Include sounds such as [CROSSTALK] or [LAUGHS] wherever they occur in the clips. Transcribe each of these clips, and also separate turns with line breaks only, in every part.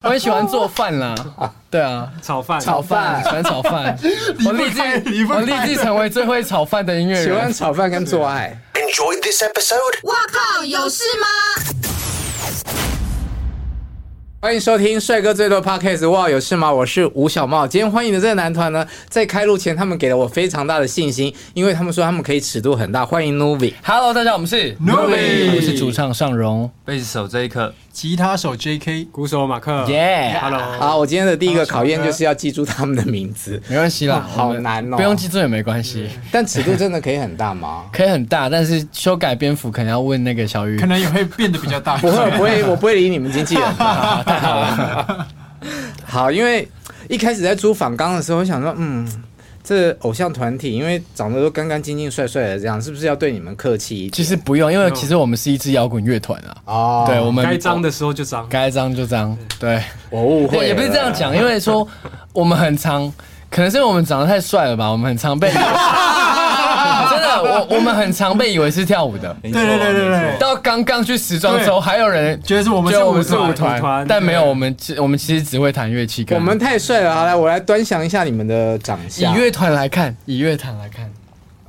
[LAUGHS] 我很喜欢做饭啦，对啊，
炒饭，
炒饭喜欢炒饭，我立志
离不开
我立志成为最会炒饭的音乐
喜欢
人。
炒饭跟做爱。
Enjoyed this episode?
哇靠，有事吗？
欢迎收听《帅哥最多 Podcast》，哇，有事吗？我是吴小茂。今天欢迎的这个男团呢，在开录前，他们给了我非常大的信心，因为他们说他们可以尺度很大。欢迎 Novi。
Hello，大家好，我们是
Nubi
我是主唱尚荣，
贝斯手这一刻，
吉他手 J.K.
鼓手马克，
耶、
哦 Hello
好，我今天的第一个考验就是要记住他们的名字，
没关系啦，
好
我们
难哦
不用记住也没关系，？
但尺度真的可以很大吗
可以很大，但是修改篇幅可能要问那个小雨
可。能也会变得比较大。
不会，我不 [LAUGHS] 会，我不会理你们经纪 [LAUGHS] 人的。
啊，太好了，
好，因为一开始在租访刚的时候，我想说，嗯，这偶像团体，因为长得都干干净净、帅帅的，这样是不是要对你们客气一点？
其实不用，因为其实我们是一支摇滚乐团啊。
哦，
对，我们
该脏的时候就脏，
该脏就脏，对，
我误会了，
对，也不是这样讲，因为说我们很常，可能是因为我们长得太帅了吧，我们很常被，真的，我我们很常被以为是跳舞的，
对
对对对对对，
到刚刚去时装周，
对
还有人
觉得是我们
觉
是
得我
舞
们是舞
团，
舞
团，
团
但没有，
对
我们其我们其实只会弹乐器跟，
我们啊太帅了。好，来，我来端详一下你们的长
以
相。
乐团来看，以乐团来看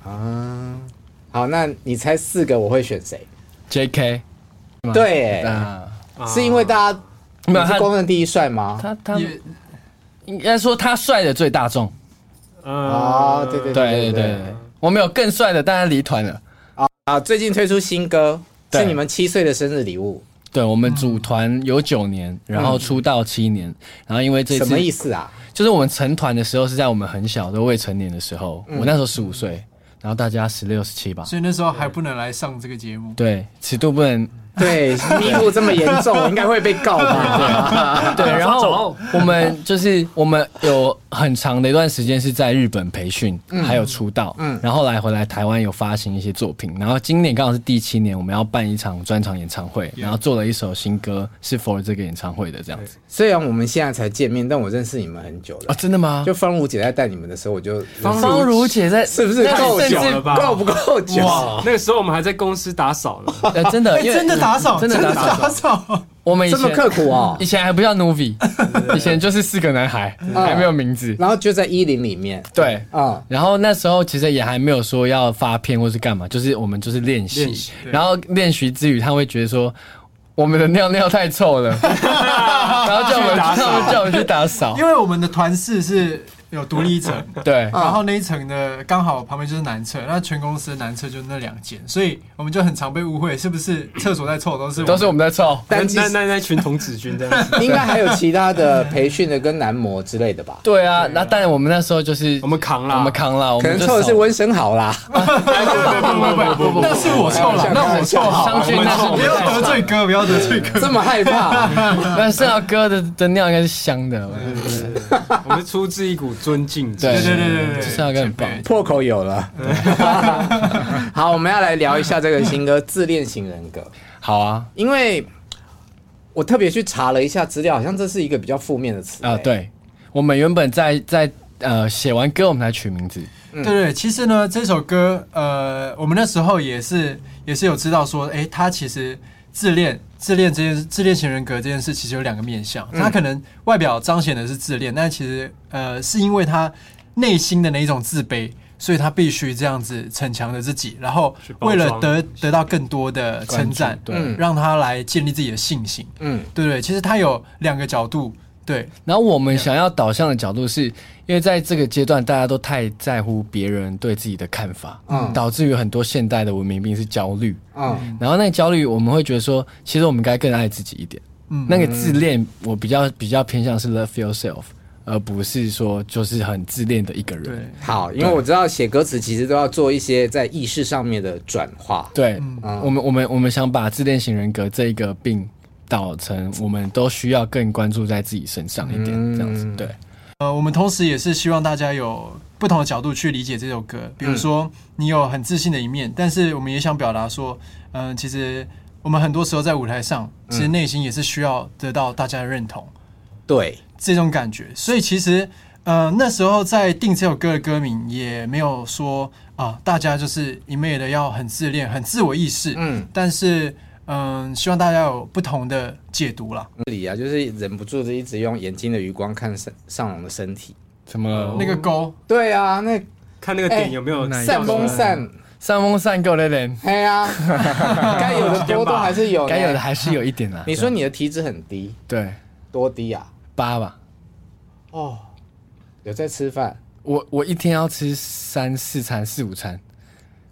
啊，好，那你猜四个我会选谁？
，J.K. 吗
对，
啊，
是因为大家
没有
你是
他
公认第一帅吗？
他他
也
应该说他帅的最大众，
啊，
哦对对
对对对，对我们有更帅的，但他离团了。
啊，最近推出新歌，
对
是你们七岁的生日礼物，
对我们组团有九年，然后出道七年，然后因为这次
嗯什么意思啊？
就是我们成团的时候是在我们很小都未成年的时候，
嗯
我那时候十五岁，然后大家十六十七吧。
所以那时候还不能来上这个节目。
对，尺度不能
[LAUGHS] 对，迷糊这么严重，我应该会被告吧？ [LAUGHS]
对，然后我们就是我们有很长的一段时间是在日本培训，还有出道，嗯，然后后来回来台湾有发行一些作品，然后今年刚好是第七年，我们要办一场专场演唱会，然后做了一首新歌是 for 这个演唱会的这样子
虽然我们现在才见面，但我认识你们很久
啊，
了。
真的吗？
就芳如姐在带你们的时候，我就
方如姐在
是不是
但
够
甚至
久
了吧
够不够久？
那个时候我们还在公司打扫呢，
[LAUGHS] 呃，真的，
哎，
因为
真的打扫，
真的打扫。
扫。
我们以
这么
前嗯
刻苦哦
以。前还不叫 Novi，以前就是四个男孩，还没有名字。
然后就在一零里面，
对，
啊，
然后那时候其实也还没有说要发片或是干嘛，就是我们就是练
练
习
习，
然后练习之余，他会觉得说。我们的尿尿太臭了，然后叫我们
去打扫
他们叫我们去打扫
因，为嗯我们的团室是有独立一层，
对，
然后那一层的刚好旁边就是男厕，那全公司的男厕就那两间，所以我们就很常被误会是不是厕所在臭都是
都是我们在臭。
但其
那
实
那那群童子军这样
[LAUGHS]
子，
应该还有其他的培训的跟男模之类的吧？
对啊，那当然我们那时候就是
我们扛啦
我们扛了，我
可
们就
能臭的是
扫
温神好啦，
不不不不不，那是我臭了，那我臭好，
相信那是
不要得罪哥，不要得罪哥。
这么害怕，
[LAUGHS]
嗯
那圣豪哥的的尿应该是香的，我觉得
我们出自一股尊敬之
对
对
心。
对对对对，
圣豪哥很棒。
破口
[LAUGHS]
有了。好，我们要来聊一下这个新歌《自恋型人格》，
好啊，
因为我特别去查了一下资料，好像这是一个比较负面的词哎
啊，，对，我们原本在在呃写完歌，我们才取名字。
对对，其实呢，这首歌，呃，我们那时候也是也是有知道说，诶，他其实自恋自恋这件事自恋型人格这件事，其实有两个面向。他可能外表彰显的是自恋，但其实呃，是因为他内心的那一种自卑，所以他必须这样子逞强的自己，然后
包
为了
装
得得到更多的称赞，
对
嗯让他来建立自己的信心。
嗯，
对对，其实他有两个角度，对，
然后我们想要导向的角度是，因为在这个阶段，大家都太在乎别人对自己的看法，
嗯
导致于很多现代的文明病是焦虑。
嗯，
然后那个焦虑，我们会觉得说，其实我们该更爱自己一点。
嗯
那个自恋，我比较比较偏向是 love yourself，而不是说就是很自恋的一个
对
人。
好，因为我知道写歌词其实都要做一些在意识上面的转化，
对，
嗯
啊
我们我们我们想把自恋型人格这一个病导成，我们都需要更关注在自己身上一点，
嗯
这样子。对，
呃，我们同时也是希望大家有不同的角度去理解这首歌。比如说，你有很自信的一面，但是我们也想表达说，嗯、其实我们很多时候在舞台上，其实内心也是需要得到大家的认同，
对，
这种感觉。所以其实，呃，那时候在定这首歌的歌名，也没有说啊、大家就是一昧的要很自恋、很自我意识，
嗯
但是嗯，希望大家有不同的解读啦。
这里啊，就是忍不住的一直用眼睛的余光看上上龙的身体。
怎么了？
那个勾，
对啊，那
看那个点有没有
哎
散风
掉出来
散，
三风扇够了点，
哎 [LAUGHS] 呀，该有的多都还是有，
该有的。还是有一点啦。
哦 [LAUGHS] 你说你的体脂很低，
对
多低啊？
八吧？
哦，
有在吃饭？
我我一天要吃三四餐四五餐，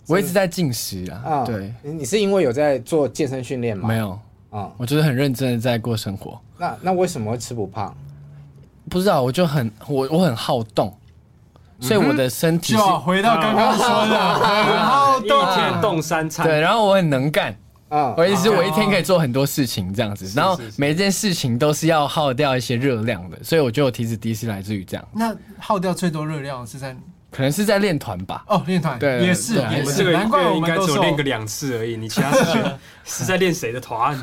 我一直在进食啊。
啊，
对，
你你是因为有在做健身训练吗？
没有，
啊、
我就是很认真的在过生活。
那那为什么会吃不胖？
不知道，我就很我我很好动，所以
嗯
我的身体、
就是回到刚刚说的，很好动
一天动三餐，
对，然后我很能干。
啊、
我意思是我一天可以做很多事情这样子，然后每一件事情都是要耗掉一些热量的，所以我觉得我体脂低是来自于这样，
那耗掉最多热量的是在
可能是在练团吧。
哦练团，
对
也是
对
我
也
们这个
是，难怪我
应
们
该
都
只有
瘦。
练个两次而已，你其他是全是在练谁
[LAUGHS]
的团？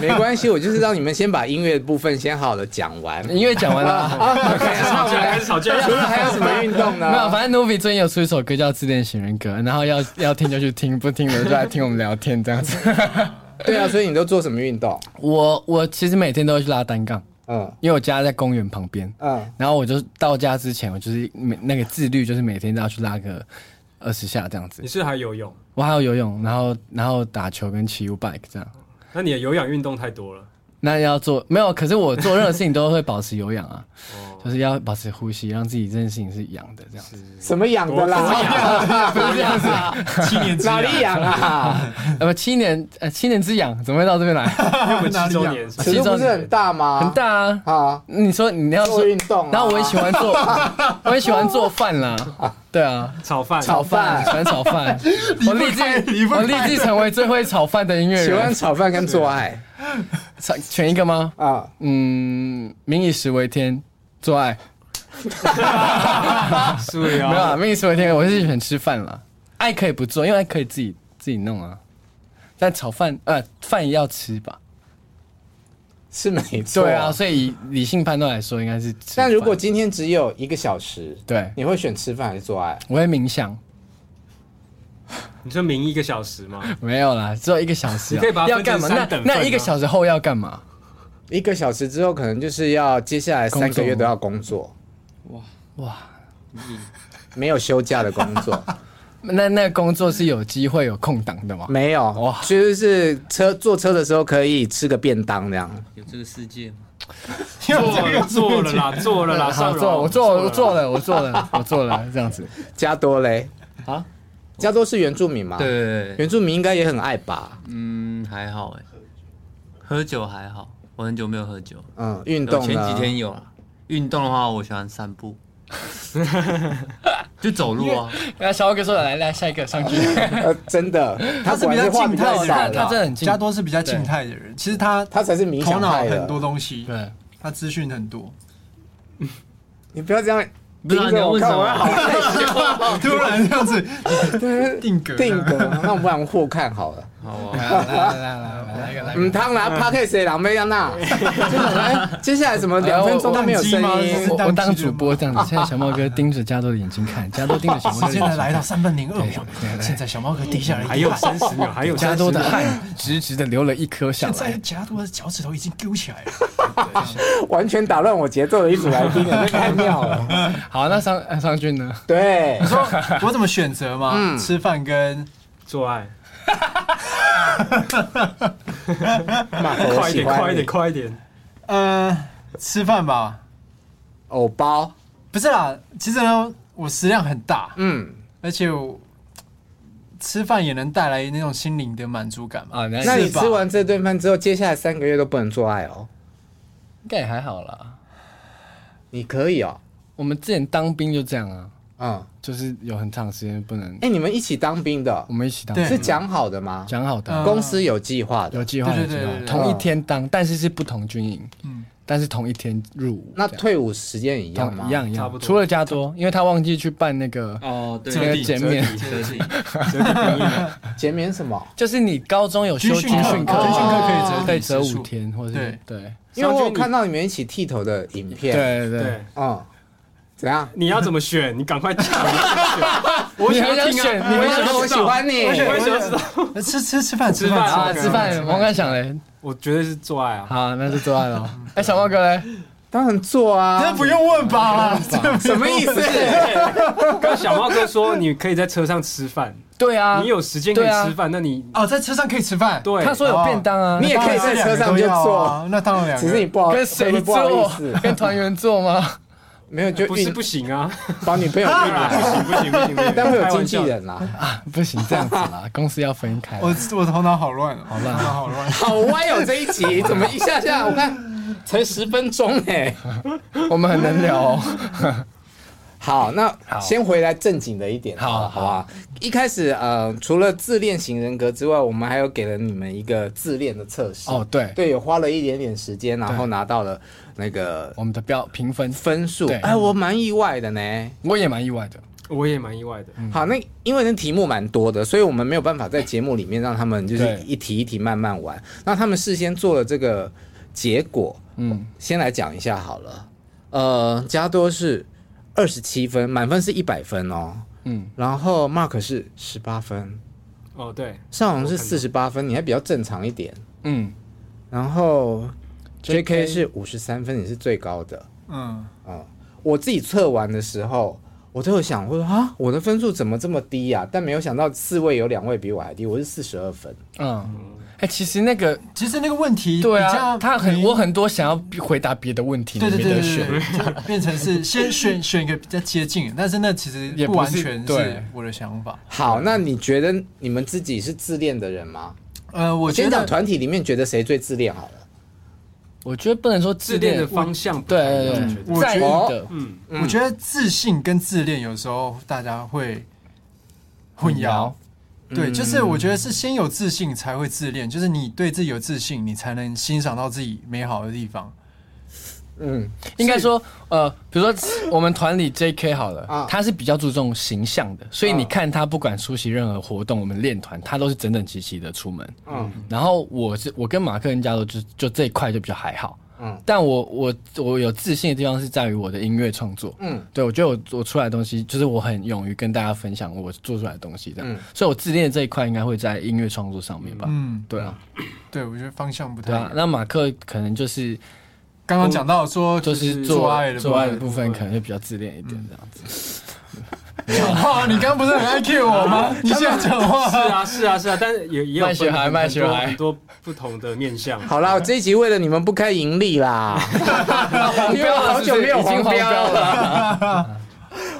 没关系，我就是让你们先把音乐部分先好好的讲完。
音乐讲完了 [LAUGHS]
[LAUGHS]
啊，
开始吵架，开始吵架。
除了还有什么运动呢？
没有，反正 Novi 最近有出一首歌叫《自恋型人格》，然后要要听就去听，不听的就来听我们聊天这样子。 [LAUGHS]
对啊，所以你都做什么运动？
我我其实每天都会去拉单杠，
嗯
因为我家在公园旁边，
嗯，
然后我就到家之前，我就是每那个自律，就是每天都要去拉个二十下这样子
你。是不是还游泳？
我还有游泳，然后然后打球跟骑 U bike 这样。
那你的有氧运动太多了。
那要做没有？可是我做任何事情都会保持有氧啊， [LAUGHS]
哦，
就是要保持呼吸，让自己这件事情是氧的这
[LAUGHS]
样。
什么养的
多多
啦？
不是样子，七年之
[LAUGHS] 哪
痒
里
[LAUGHS]
养啊？
呃，不，七年呃七年之痒怎么会到这
[LAUGHS]
边来？
因为我们七周年，
尺度不是很大吗？
很大啊！
啊，
你说你要
做
说，
运动啊。
然后我也喜欢
[LAUGHS]
做，我也喜欢做饭啦。对啊，
炒饭，
炒饭喜欢炒饭，我立志我立志成为最会炒饭的音乐
[LAUGHS] 喜欢
人。
炒饭跟做爱
炒选一个吗？
啊。
嗯，民以食为天，做爱
是
没有啊，
啊，
民以食为天，我是喜欢吃饭啦。爱可以不做，因为爱可以自己自己弄啊。但炒饭呃饭也要吃吧？
是没错，
对啊，。所以以理性判断来说，应该是吃饭。
但如果今天只有一个小时，
对，
你会选吃饭还是做爱？
我会冥想，
你说明一个小时
[LAUGHS]
吗？
没有啦，只有一个小时啊、
你可以把它
要
分成
干嘛？那
三等份啊
那一个小时后要干嘛？
一个小时之后，可能就是要接下来三个月都要工作，
哇，
没有休假的工作，
那那工作是有机会有空档的吗？
没有
哇
就是车坐车的时候可以吃个便当这样。
有这个世界吗？
做了，做了啦，做了啦，
好
上
做，
楼，
我做，我
了
做了，我做了，我做了，这样子。
加多嘞
啊，
加多是原住民嘛？，
对，
原住民应该也很爱吧？
嗯，还好哎，喝酒还好，我很久没有喝酒，
嗯，运
有
啊
动
前几
呢？
天有啦。运动的话，我喜欢散
[LAUGHS]
步，就走路啊。
那小欧哥说来来下一个上去，
呃，真的，他
是
果
比
然
较
是话
静
比
态
较
的
少
人，
他
的，
真的很静
加多是比较静态的人，其实他
他才是冥
头
想
脑
派
很多
的。
东西，
对，
他资讯很多。
你不要这样
不知道
盯
你
着
要
我
问什
看，我会
么，
好
突然这样子定格，
定格。那我们不然互看好了。
好啊，
来来来来来个来
嗯，汤啦 p a r k e 谁狼狈要那？就想说哎接下来怎么两分钟都没有声
哎我我
音？
我我当主播这样子，现在小猫哥盯着加多的眼睛
[LAUGHS]
看，加多盯着小猫哥
时
的
间呢
眼
来
睛 [LAUGHS]
到三分零二秒，现在小猫哥定下来，
还有三十
[LAUGHS]
秒，还有
加
三十
多的
秒。
[LAUGHS]
汗直直的流了一颗下
现在
来。
加多的脚趾头已经揪起来了。
完全打乱我节奏的一组来宾了，那太妙了。
好，那商呃商俊呢？
对，
我怎么选择嘛？
嗯
吃饭跟
做爱，
马头我
快一
喜
点，
欢
快一
你
点，快一点！
呃吃饭吧，
藕包，
不是啦，其实呢，我食量很大，
嗯，
而且我吃饭也能带来那种心灵的满足感嘛。
啊，那
那你
应
吃完这顿饭之后，接下来三个月都不能做爱哦。
该也还好啦。
你可以哦，
我们之前当兵就这样啊，
嗯，
就是有很长时间不能，
哎，你们一起当兵的
我，们一起当，
对
是讲好的吗？
嗯讲好的啊
嗯
公司有计划
有
的，
计划
对
有
对
计
对
划
对，对
同一天当，但是是不同军营，
嗯
但是同一天入伍。
那
这样
退伍时间一样
同
吗？
一样一
差不
样，
多
除了加多，因为他忘记去办那个，
哦，对
这个减免
折
[LAUGHS]
抵，
折抵兵役嘛
减免什么？
就是你高中有修
军训课
课，
军训课可以折
哦
抵
可以折
时
五
数
天，或者
对
对
因为我有
上去你
看到你们一起剃头的影片，，
对对，
对，
嗯，怎样？
[LAUGHS]
你要怎么选？你赶快讲，我
你
想
很
要
想
听啊
选你很
我
为
想
想
什么
要
我
知
喜
道
欢你？
我想要知道，
呃吃吃吃饭
吃饭
啊，
OK，
吃饭，我刚想嘞，
我绝对是做爱啊！
好，那就做爱了。哎，小猫哥嘞，
当然做
那
啊，
不用问吧？
什么意思？
刚小猫哥说你可以在车上吃饭，
对啊，
你有时间可以
对啊
吃饭，那你
哦，在车上可以吃饭，
对
他说有便当啊，
你也可以在车上就做，
那当然两个都要啊，那当然两个
只是你不好
跟谁
不好意
做
思，？
跟团员做吗？
没有就
不是
运
不行啊，
把女朋友运
啊
来，
[LAUGHS] 不行不行不行不行，
但会有
开
经
玩
纪
笑的。
人啊啦。
不行，这样子啦，公司要分开。
我我头脑好乱哦，好乱，好乱。
好歪哦，这一集怎么一下下我看才十分钟哎。
我们很能聊哦。
好，那
好
先回来正经的一点，
好
好吧？一开始呃，除了自恋型人格之外，我们还有给了你们一个自恋的测试。
哦，对，
对，有花了一点点时间，然后拿到了那个
我们的标评分，
分数
对。
哎，我蛮意外的呢。
我也蛮意外的。
我也蛮意外的，
嗯
好，那因为那题目蛮多的，所以我们没有办法在节目里面让他们就是
对
一题一题慢慢玩。那他们事先做了这个结果，
嗯，
先来讲一下好了。呃，加多是二十七分，满分是一百分哦。
嗯，
然后 Mark 是十八分，
哦对，
尚荣是
我看到
四十八分，你还比较正常一点。
嗯，
然后
JK
JK 是五十三分，你是最高的。
嗯，
嗯，我自己测完的时候，我都有想，我说啊，我的分数怎么这么低呀、但没有想到四位有两位比我还低，我是四十二分。
嗯，哎、其实那个
其实那个问题
对
比
啊，
较
他很
没
我很多想要回答别的问题，
对对
你
对
没得
对
选。
对，就变成是先选选一个比较接近的，但是那其实
也不
不完
是
全
对
是我的想法。
好，那你觉得你们自己是自恋的人吗？
呃，我
我
觉
先讲
得
团体里面觉得谁最自恋好了。
我觉得不能说
自恋的方向不
对
太一
对
样
对对，
我觉得
在意的
嗯，
我觉得自信跟自恋有时候大家会混淆。对，就是我觉得是先有自信才会自恋，就是你对自己有自信，你才能欣赏到自己美好的地方。
嗯，
应该说，呃，比如说我们团里 J.K. 好
啊
了，他是比较注重形象的，所以你看他不管出席任何活动，我们练团他都是整整齐齐的出门。嗯，然后我是我跟马克人家都就就这一块就比较还好。
嗯
嗯，但我我我有自信的地方是在于我的音乐创作。
嗯
嗯，对我觉得我我出来的东西，就是我很勇于跟大家分享我做出来的东西这样，
嗯
所以我自恋的这一块应该会在音乐创作上面吧。
嗯，
对啊，
对，我觉得方向不太
对
一
啊
样。。
那马克可能就是
刚刚讲到说
就是
做
做
爱的
做爱的
部
部
[LAUGHS]
分可能就比较自恋一点这样子。
分讲话，哦你刚刚不是很爱 cue 我吗？你现在讲话，
是啊是啊是啊，但是也也有
卖血
分
孩
很
卖
很
血
多
孩
很多不同的面向。
好啦，我这一集为了你们不开盈利啦，因为我好久没有黄标了。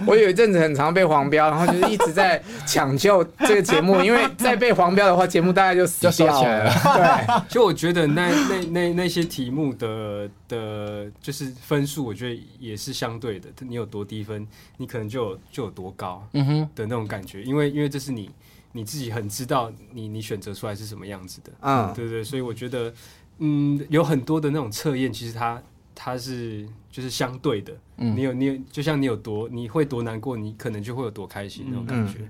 我有一阵子很常被黄标，然后就是一直在抢救这个节目，因为再被黄标的话，节目大概就死
就收
掉
起来
了
了。
对，
就我觉得那 [COUGHS] 那那那些题目的的，就是分数，我觉得也是相对的。你有多低分，你可能就有就有多高
嗯哼，
的那种感觉，因为因为这是你你自己很知道你你选择出来是什么样子的，
嗯
对对。所以我觉得，嗯，有很多的那种测验，其实它它是就是相对的。
嗯
你有你有，就像你有多你会多难过，你可能就会有多开心那种
嗯
感觉。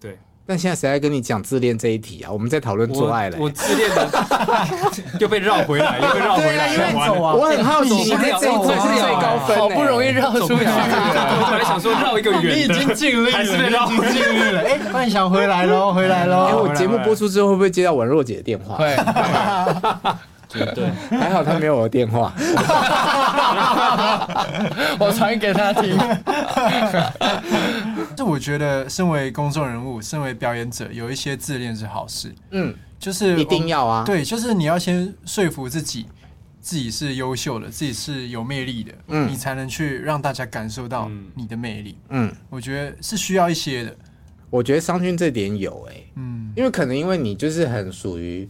对，
但现在谁来跟你讲自恋这一题啊？我们在讨论做爱了
我。我自恋 [LAUGHS] 的又被绕回来，又被绕回
啊
来，完了
我很好奇，你在这一块是最高分、欸，
好不容易
哦
绕出去，
[LAUGHS] 我本来想说绕一个
你已
圆的，
经尽力了，
还是被
你
绕
已经尽力了。哎，幻想回来喽，回来
哎、
喽。
我节目播出之后会不会接到宛若姐的电话？
嗯
会 [LAUGHS]
绝对。
还好她没有我的电话。
我传给他听。
就我觉得，身为公众人物，身为表演者，有一些自恋是好事，
[LAUGHS] 嗯，
就是
一定要啊
对，就是你要先说服自己，自己是优秀的，自己是有魅力的，
嗯
你才能去让大家感受到
嗯
你的魅力。
嗯，
我觉得是需要一些的，
我觉得商君这点有哎、
嗯，
因为可能因为你就是很属于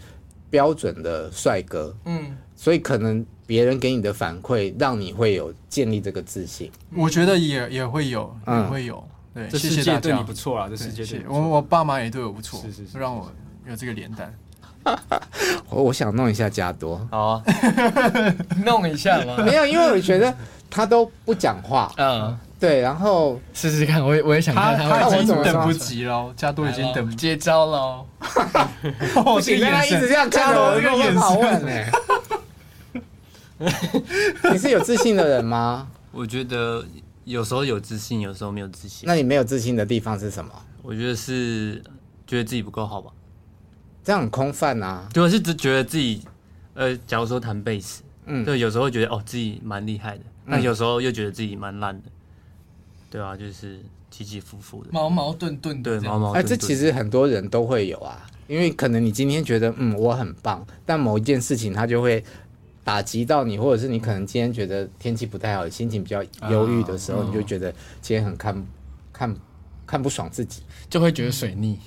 标准的帅哥，
嗯，
所以可能别人给你的反馈让你会有建立这个自信。
我觉得也也会有，也
嗯
会有。对，
这
谢
世
谢
界
大
对你
家
不。错啊啦，这世
对
界
谢
对
谢
你不
我
错。
我爸妈也对我不错
是是，是
让我有这个
[LAUGHS]
脸蛋。
我我想弄一下加多，
好啊，
弄一下嘛。
[LAUGHS] 没有，因为我觉得他都不讲话，
嗯，
[LAUGHS] 对，然后
试试看，我也我也想
他
看他
他
会
已
怎么
经
说
等不及了，加多已经等不及。
接招喽。
不
不行，让他一直这样看着我，这个问好问呢、
欸
[LAUGHS] 你是有自信的人吗？
我觉得有时候有自信，有时候没有自信
那。你没有自信的地方是什么？
我觉得是觉得自己不够好吧，
这样很空泛啊。
对，我是只觉得自己，呃，假如说弹贝斯，
嗯
对，有时候会觉得哦自己蛮厉害的，但有时候又觉得自己蛮烂的，对啊，就是起起伏伏的，
矛矛盾盾哦的
对，
这
毛
样。
毛
哎，
盾
这
盾。
其实很多人都会有啊，因为可能你今天觉得嗯我很棒，但某一件事情它就会打击到你，或者是你可能今天觉得天气不太好，心情比较忧郁的
嗯
时候，你就觉得今天很看看看不爽自
[LAUGHS]
己。
就会觉得水逆，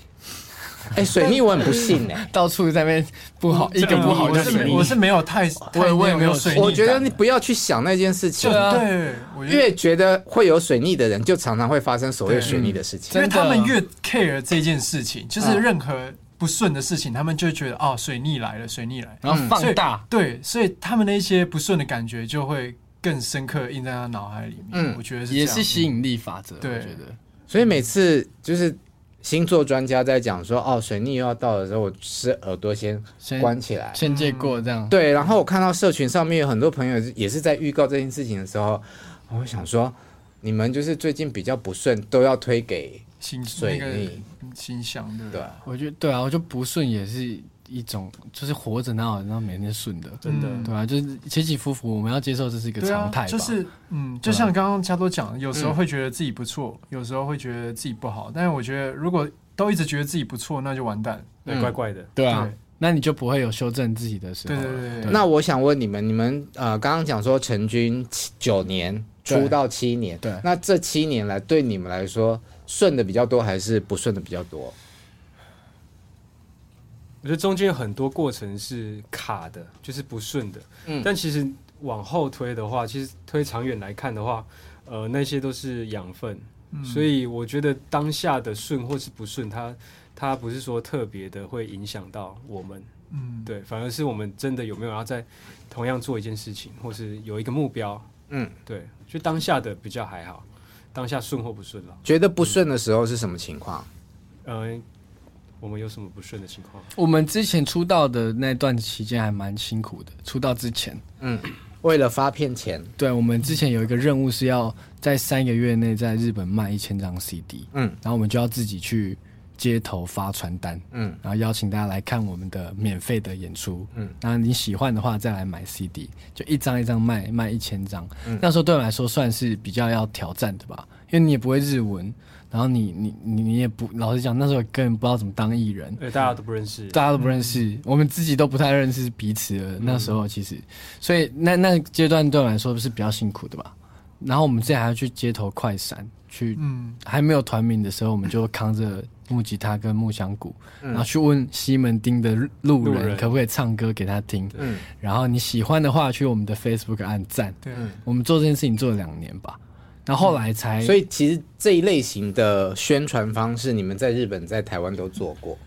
哎，水逆我很不信哎、
到处在那边不好，一个不好
嗯我
就是水
没
逆
我。是没有太，
我也我也没有水
水逆感，
我觉得你不要去想那件事情
就，对，啊我觉得
越觉得会有水逆的人，就常常会发生所谓水逆的事情。
因为
真的嗯
他们越 care 这件事情，就是任何不顺的事情，他们就会觉得哦，水逆来了，水逆来了，
然后
所
放
以
大，
对，所以他们那些不顺的感觉就会更深刻地印在他脑海里面。
嗯
我觉得是
也
这样
是吸引力法则，我
对
觉得。
所以每次就是星座专家在讲说哦水逆又要到的时候，我是耳朵先
先
关起来。
先借过这样，
对，然后我看到社群上面有很多朋友也是在预告这件事情的时候，我会想说，你们就是最近比较不顺，都要推给
形
水
那
逆
个嗯形象，对不
对
对？
啊
我觉得对啊，我觉得不顺也是一种，就是活着哪有那每天顺的，
真的。
嗯
对啊，就是起起伏伏，我们要接受这是一个
对
常
啊
态，吧。
就是嗯，就像刚刚加多讲，有时候会觉得自己不错，有时候会觉得自己不好。但是我觉得，如果都一直觉得自己不错，那就完蛋。
对，怪怪的。
对啊
对，
那你就不会有修正自己的时候
对
了。
对对对，
那我想问你们，你们呃刚刚讲说成军七九年出
对
道七年，
对
那这七年来对你们来说顺的比较多还是不顺的比较多？
我觉得中间有很多过程是卡的，就是不顺的。
嗯
但其实往后推的话，其实推长远来看的话，呃，那些都是养分。所以我觉得当下的顺或是不顺，它它不是说特别的会影响到我们，
嗯，
对，反而是我们真的有没有要在同样做一件事情，或是有一个目标，
嗯，
对，就当下的比较还好，当下顺或不顺了。
觉得不顺的时候是什么情况？
呃，我们有什么不顺的情况？
我们之前出道的那段期间还蛮辛苦的，出道之前，
为了发片前，
对我们之前有一个任务是要在三个月内在日本卖一千张 CD，
嗯
然后我们就要自己去街头发传单，
嗯
然后邀请大家来看我们的免费的演出，
嗯
嗯，那你喜欢的话再来买 CD，就一张一张卖，卖一千张。
嗯
那时候对我来说算是比较要挑战的吧，因为你也不会日文，然后你你你你也不，老实讲，那时候根本不知道怎么当艺人，
呃，大家都不认识，
大家都不认识，我们自己都不太认识彼此了。那时候其实，所以那那阶段对我来说是比较辛苦的吧。然后我们之前还要去街头快闪，去
嗯，
还没有团名的时候，我们就扛着木吉他跟木箱鼓，然后去问西门町的路
路
人
人
可不可以唱歌给他听。
嗯
然后你喜欢的话，去我们的 Facebook 按赞。
对，
我们做这件事情做了两年吧，然后后来才
所以其实这一类型的宣传方式，你们在日本、在台湾都做过。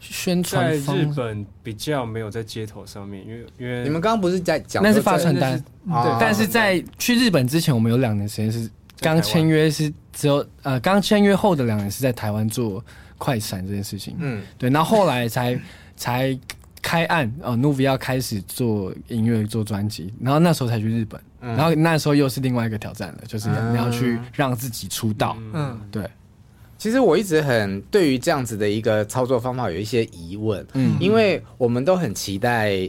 宣
在
传
日
方
本比较没有在街头上面，因为因为
你们刚刚不是在讲
那是
说在
发传单。
哦
但是在去日本之前，我们有两年时间是
台湾
刚签约是只有呃刚签约后的两年是在台湾做快闪这件事情，
嗯
对，然后后来才才开案呃 n u v i 要开始做音乐做专辑，然后那时候才去日本，然后那时候又是另外一个挑战了，就是
嗯
你要去让自己出道，
嗯。
对，
其实我一直很对于这样子的一个操作方法有一些疑问，
嗯
因为我们都很期待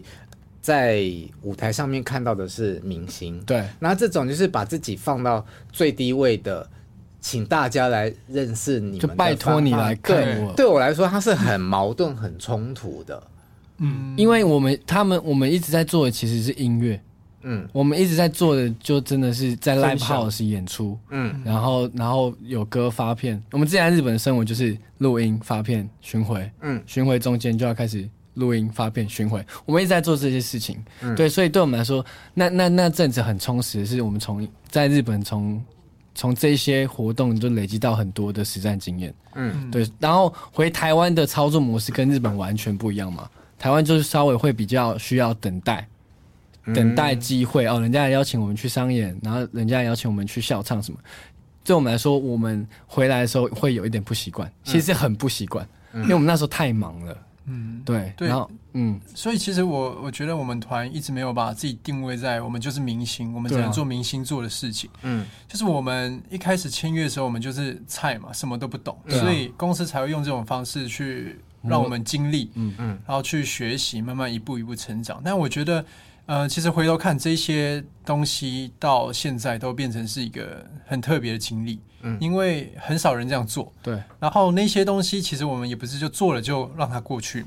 在舞台上面看到的是明星，
对，
那这种就是把自己放到最低位的，请大家来认识你们的
就
方法，
拜托你来看
对
我
对我来说，它是很矛盾、很冲突的。
嗯，
因为我们他们我们一直在做的其实是音乐，
嗯
我们一直在做的就真的是在 live
分享
house 演出，
嗯
然后然后有歌发片。我们之前在日本的生活就是录音、发片、巡回，
嗯
巡回中间就要开始录音、发片、巡回。我们一直在做这些事情，
嗯
对，所以对我们来说，那那那阵子很充实，是我们从在日本从从这些活动就累积到很多的实战经验，
嗯
嗯，对。然后回台湾的操作模式跟日本完全不一样嘛，台湾就是稍微会比较需要等待。等待机会哦，人家也邀请我们去商演，然后人家也邀请我们去校唱什么，对我们来说，我们回来的时候会有一点不习惯，其实很不习惯，因为我们那时候太忙了，
嗯，
对，
对
然后嗯，
所以其实我我觉得我们团一直没有把自己定位在我们就是明星，我们只
对啊
能做明星做的事情。
嗯，
就是我们一开始签约的时候，我们就是菜嘛，什么都不懂，
对啊
所以公司才会用这种方式去让我们经历，
嗯
嗯
然后去学习，慢慢一步一步成长。但我觉得，呃，其实回头看这些东西到现在都变成是一个很特别的经历，
嗯
因为很少人这样做，
对，
然后那些东西其实我们也不是就做了就让它过去，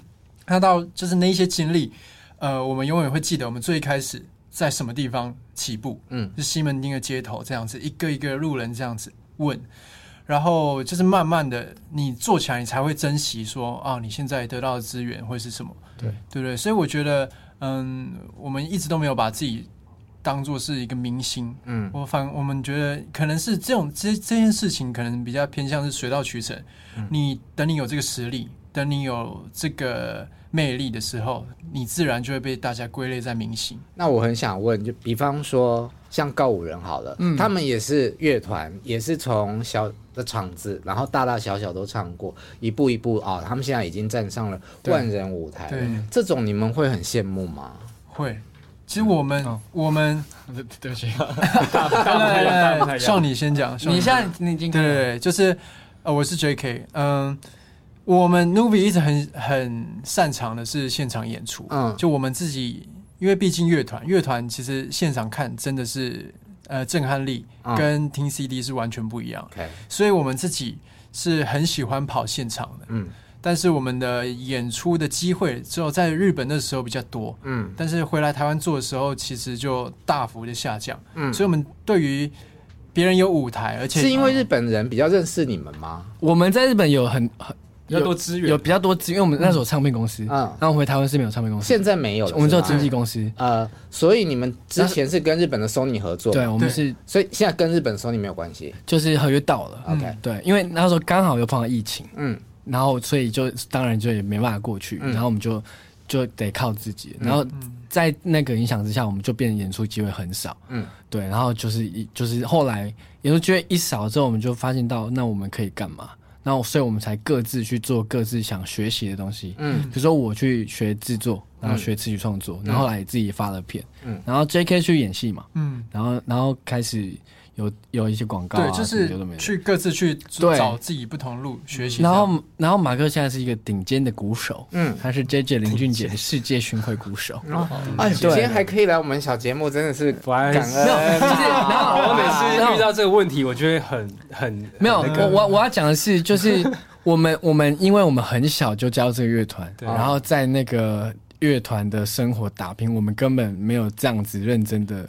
[CLEARS THROAT] 那到就是那一些经历，呃，我们永远会记得我们最开始在什么地方起步，
嗯，
是西门町的街头这样子，一个一个路人这样子问，然后就是慢慢的你做起来，你才会珍惜说啊，你现在得到的资源会是什么，
对
对不对？所以我觉得，嗯，我们一直都没有把自己当做是一个明星，
嗯
我反我们觉得可能是这种这这件事情可能比较偏向是水到渠成。
嗯
你等你有这个实力，等你有这个魅力的时候，你自然就会被大家归类在明星。
那我很想问，就比方说像告五人好了，
嗯
他们也是乐团，也是从小的场子，然后大大小小都唱过，一步一步啊、他们现在已经站上了万人舞台
对
了。这种你们会很羡慕吗？
会，其实我们、
哦
我们
对对不起，
大嗯 [LAUGHS] 不太一样，大不太一
少
样。
你先讲，少
你现在你已经
对对对，就是呃，我是 J.K. 嗯。我们 Nuvi 一直很很擅长的是现场演出，
嗯
就我们自己，因为毕竟乐团，乐团其实现场看真的是呃震撼力
嗯
跟听 CD 是完全不一样，
，OK，
所以我们自己是很喜欢跑现场的，
嗯
但是我们的演出的机会只有在日本的时候比较多，
嗯
但是回来台湾做的时候，其实就大幅的下降，
嗯，
所以我们对于别人有舞台，而且
是因为日本人比较认识你们吗？
我们在日本有很很
比较多资源
有比较多资源，因为我们那时候有唱片公司，
嗯
然后回台湾是没有唱片公司，
现在没有了，
我们只有
是吗
经纪公司。
呃，所以你们之前是跟日本的 Sony 合作，
对，，我们
对
是
所以现在跟日本 Sony 没有关系。
就是合约到了，
OK，
对，因为那时候刚好又碰到疫情，
嗯
然后所以就当然就也没办法过去，
嗯
然后我们就就得靠自己，然后在那个影响之下，我们就变得演出机会很少，
嗯
对，然后就是一就是后来演出机会一少之后，我们就发现到那我们可以干嘛，然后所以我们才各自去做各自想学习的东西，
嗯
比如说我去学制作，然后学词曲创作，然后后来自己发了片，
嗯
然后 J.K. 去演戏嘛，
嗯，
然后然后开始有有一些广告、啊，
对，就
什么有的没的
是去各自去
对
找自己不同的路学习这
然
样，
后，然后马克现在是一个顶尖的鼓手，
嗯，
他是 JJ 林俊杰的世界巡回鼓手。
哎，今
对
天还可以来我们小节目，真的是
完
感恩。
就是，然后
我每次遇
然后
到这个问题，我觉得很很
没有，
很那个
我我我要讲的是，就是我们我们因为我们很小就加入这个乐团，
对
然后在那个乐团的生活打拼，我们根本没有这样子认真的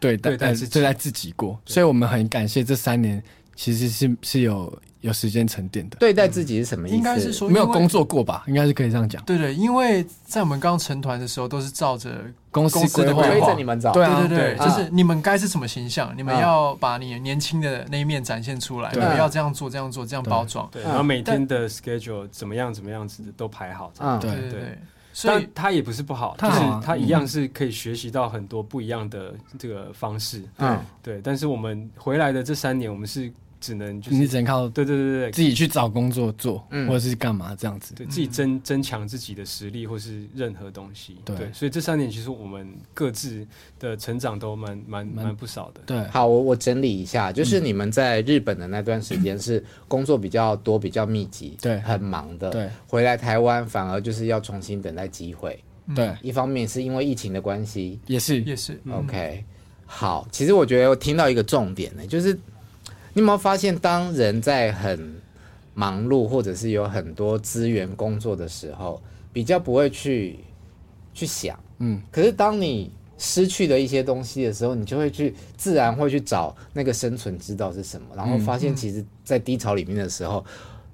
对待
对待
呃
自己
对待自己过，所以我们很感谢这三年其实是是有有时间沉淀的，
对待自己是什么意思？
应该是说
没有工
作。
作过吧，应该是可以这样讲。
对对，因为在我们刚成团的时候，都是照着
公司
公司
规
的
划
推
规划
着你们找。
对啊
对对对，
对
就是你们该是什么形象，你们
啊
要把你年轻的那一面展现出来，你
对
们要这样做、这样做、这样包装。
嗯
对，然后每天的 schedule 怎么样怎么样子的都排好。
嗯，
对
对对
对
对，所以
但他也不是不好，
他
就是
好啊
他一样是可以学习到很多不一样的这个方式。
啊
嗯
对，但是我们回来的这三年，我们是只能就
你
是
只能靠
对对对对
自
对，
己去找工作做，
嗯
或者是干嘛这样子。
对自己增增强自己的实力或是任何东西。
对
对，所以这三年其实我们各自的成长都蛮蛮
蛮
蛮不少的。
对，
好，我我整理一下，就是你们在日本的那段时间是工作比较多、比较密集，
对
很忙的。
对，
回来台湾反而就是要重新等待机会。
嗯
对，
一方面是因为疫情的关系，
也是
也是
OK，好，其实我觉得我听到一个重点呢，就是你有没有发现，当人在很忙碌或者是有很多资源工作的时候，比较不会去去想，
嗯，
可是当你失去了一些东西的时候，你就会去自然会去找那个生存之道是什么，然后发现其实，在低潮里面的时候，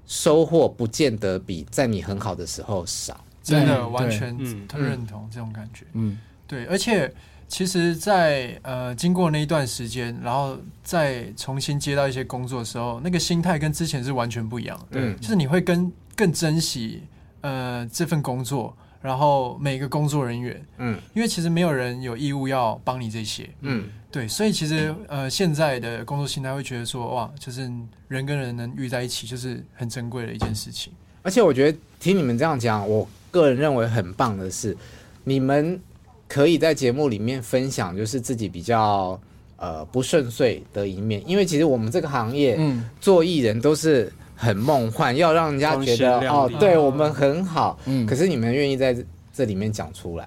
收获不见得比在你很好的时候少。
真
对
的完全
嗯
很认同这种感觉。
嗯，
对，而且其实在，呃经过那一段时间，然后再重新接到一些工作的时候，那个心态跟之前是完全不一样的。
嗯
就是你会跟更珍惜呃这份工作，然后每个工作人员，
嗯
因为其实没有人有义务要帮你这些。
嗯
对，所以其实呃，现在的工作心态会觉得说，哇，就是人跟人能遇在一起，就是很珍贵的一件事情。
而且我觉得听你们这样讲，我个人认为很棒的是，你们可以在节目里面分享，就是自己比较呃不顺遂的一面，因为其实我们这个行业，
嗯
做艺人都是很梦幻，要让人家觉得
光鲜亮
哦
丽，
对我们很好，
嗯
可是你们愿意在这里面讲出来，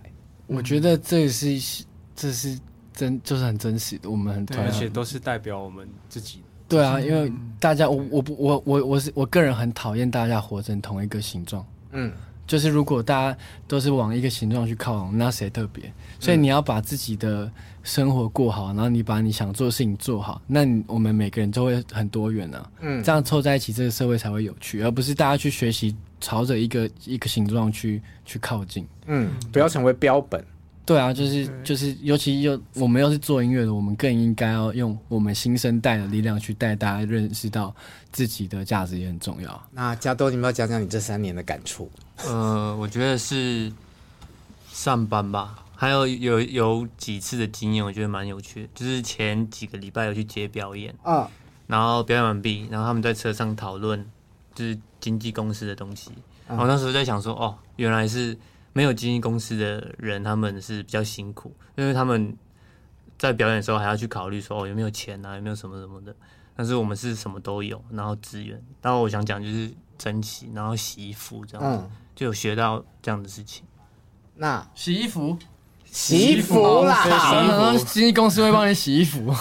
嗯
我觉得这是这是真，就是很真实的，我们很
对，
团
而
结
且嗯都是代表我们自己。
对啊，因为大家我我不我我我是我个人很讨厌大家活成同一个形状，
嗯，
就是如果大家都是往一个形状去靠拢，那谁特别？所以
嗯
你要把自己的生活过好，然后你把你想做的事情做好，那你我们每个人就会很多元啊，
嗯
这样凑在一起，这个社会才会有趣，而不是大家去学习朝着一个一个形状去去靠近。
嗯，不要成为标本，
对啊，就是就是，尤其又我们又是做音乐的，我们更应该要用我们新生代的力量去带大家认识到自己的价值也很重要。
那加多，你们要讲讲你这三年的感触。
呃，我觉得是上班吧，还有有有几次的经验，我觉得蛮有趣的。就是前几个礼拜有去接表演，
啊，
然后表演完毕，然后他们在车上讨论就是经纪公司的东西。
嗯
然后那时候在想说，哦，原来是没有经纪公司的人，他们是比较辛苦，因为他们在表演的时候还要去考虑说，哦，有没有钱啊，有没有什么什么的。但是我们是什么都有，然后资源。然后我想讲就是珍惜，然后洗衣服这样子。
嗯，
就有学到这样的事情。
那
洗衣服，
洗衣服啦，
啊，经纪公司会帮你洗衣服。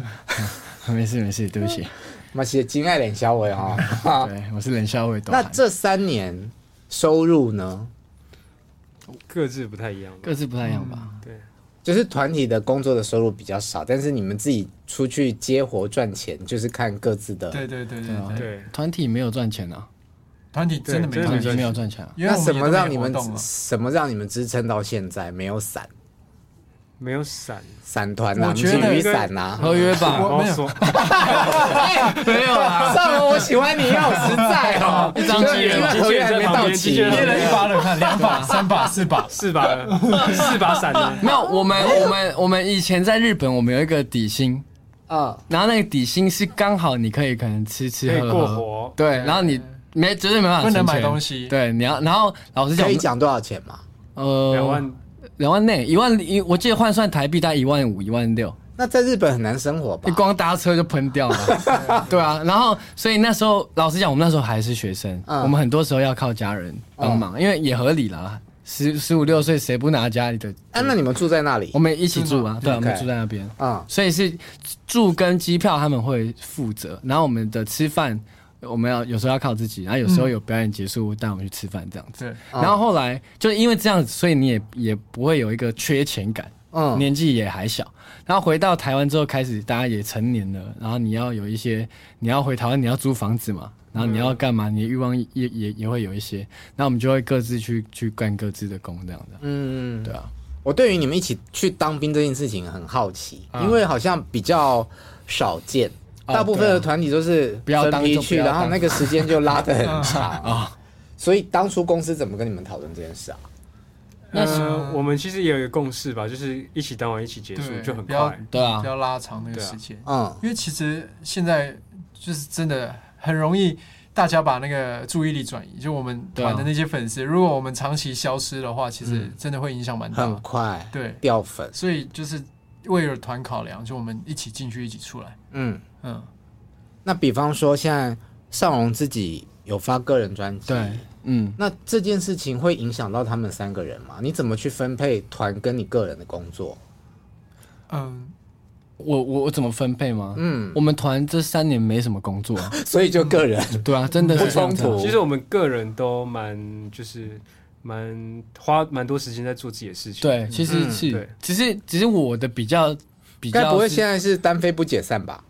[LAUGHS] 没事没事，对不起，
嘛是金爱脸小伟哦哈。哈
对我是冷笑会懂
那
涵。
这三年收入呢？
各自不太一样吧，
各自不太一样吧？
对，
就是团体的工作的收入比较少，但是你们自己出去接活赚钱，就是看各自的。
对对对
对啊
对对，
对
团体没有赚钱啊，
团体真的没
对
团
办
体
法，
没有赚钱啊。
因为
那
我
什
也
么
都没
让你们
活动了啊
什么让你们支撑到现在没有散
没有伞，
散团啊，
我觉得
你们去雨伞啊？ [LAUGHS]
合约吧，
我没有
说，
没有啊，
上了，我喜欢你，要实在
[LAUGHS]
哦。
一张机人
因为合约还没到
机器
期
人。
捏了一 [LAUGHS] 把冷汗，两把、三把、四把，
四把四把伞呢？
没有。我们我们我们以前在日本，我们有一个底薪，
嗯，
然后那个底薪是刚好你可以可能吃吃
可以
喝喝
过活
对，然后你没绝对没办法
不能
存
买
钱
东西
对，你要然后老实讲
可，以讲多少钱吗？
呃，
两万
两万内一万一，我记得换算台币大概一万五一万六，
啊
那在日本很难生活吧
你？
哎
光搭车就喷掉
[LAUGHS]
了，对啊，然后所以那时候老实讲，我们那时候还是学生，
嗯
我们很多时候要靠家人帮忙，因为也合理啦，十十五六岁谁不拿家里的？
啊，那你们住在那里
我？们一起住啊，对啊，我
OK
们住在那边。
嗯，
所以是住跟机票他们会负责，然后我们的吃饭我们要有时候要靠自己，然后有时
嗯
候有表演结束带我们去吃饭这样子。
对，
啊
然后后来就是因为这样子，所以你也也不会有一个缺钱感，
嗯
年纪也还小。然后回到台湾之后，开始大家也成年了，然后你要有一些，你要回台湾，你要租房子嘛，
嗯
然后你要干嘛，你的欲望也也也会有一些。那我们就会各自去去干各自的工这样子。
嗯，
对啊。
我对于你们一起去当兵这件事情很好奇，因为好像比较少见，
啊哦啊
大部分的团体都是
不要当
分批
就不
去，
要
然
当
后那个时间就拉得很
[LAUGHS]
长啊。所以当初公司怎么跟你们讨论这件事啊？
那呃我们其实也有一个共识吧，就是一起当完一起结束
对，
就很
不要
快。
对啊
不要拉长那个
对啊
时间，
嗯
因为其实现在就是真的很容易，大家把那个注意力转移，就我们
对啊
团的那些粉丝，如果我们长期消失的话，其实真的会影
嗯
响蛮大
很
的。
快
对，
掉粉，
所以就是为了团考量，就我们一起进去，一起出来。
嗯。
嗯，
那比方说，现在尚荣自己有发个人专辑，
对，嗯。
那这件事情会影响到他们三个人吗？你怎么去分配团跟你个人的工作？
嗯，
我我我怎么分配吗？
嗯
嗯， [LAUGHS] 我们团这三年没什么工作、啊，
[LAUGHS] 所以就个人，
对啊，真的是
不冲
这样子啊
突
其实我们个人都蛮就是蛮花蛮多时间在做自己的事情。
对，其实
嗯
是
对，
只是只是我的比较比较
该
是，
不会现在是单飞不解散吧？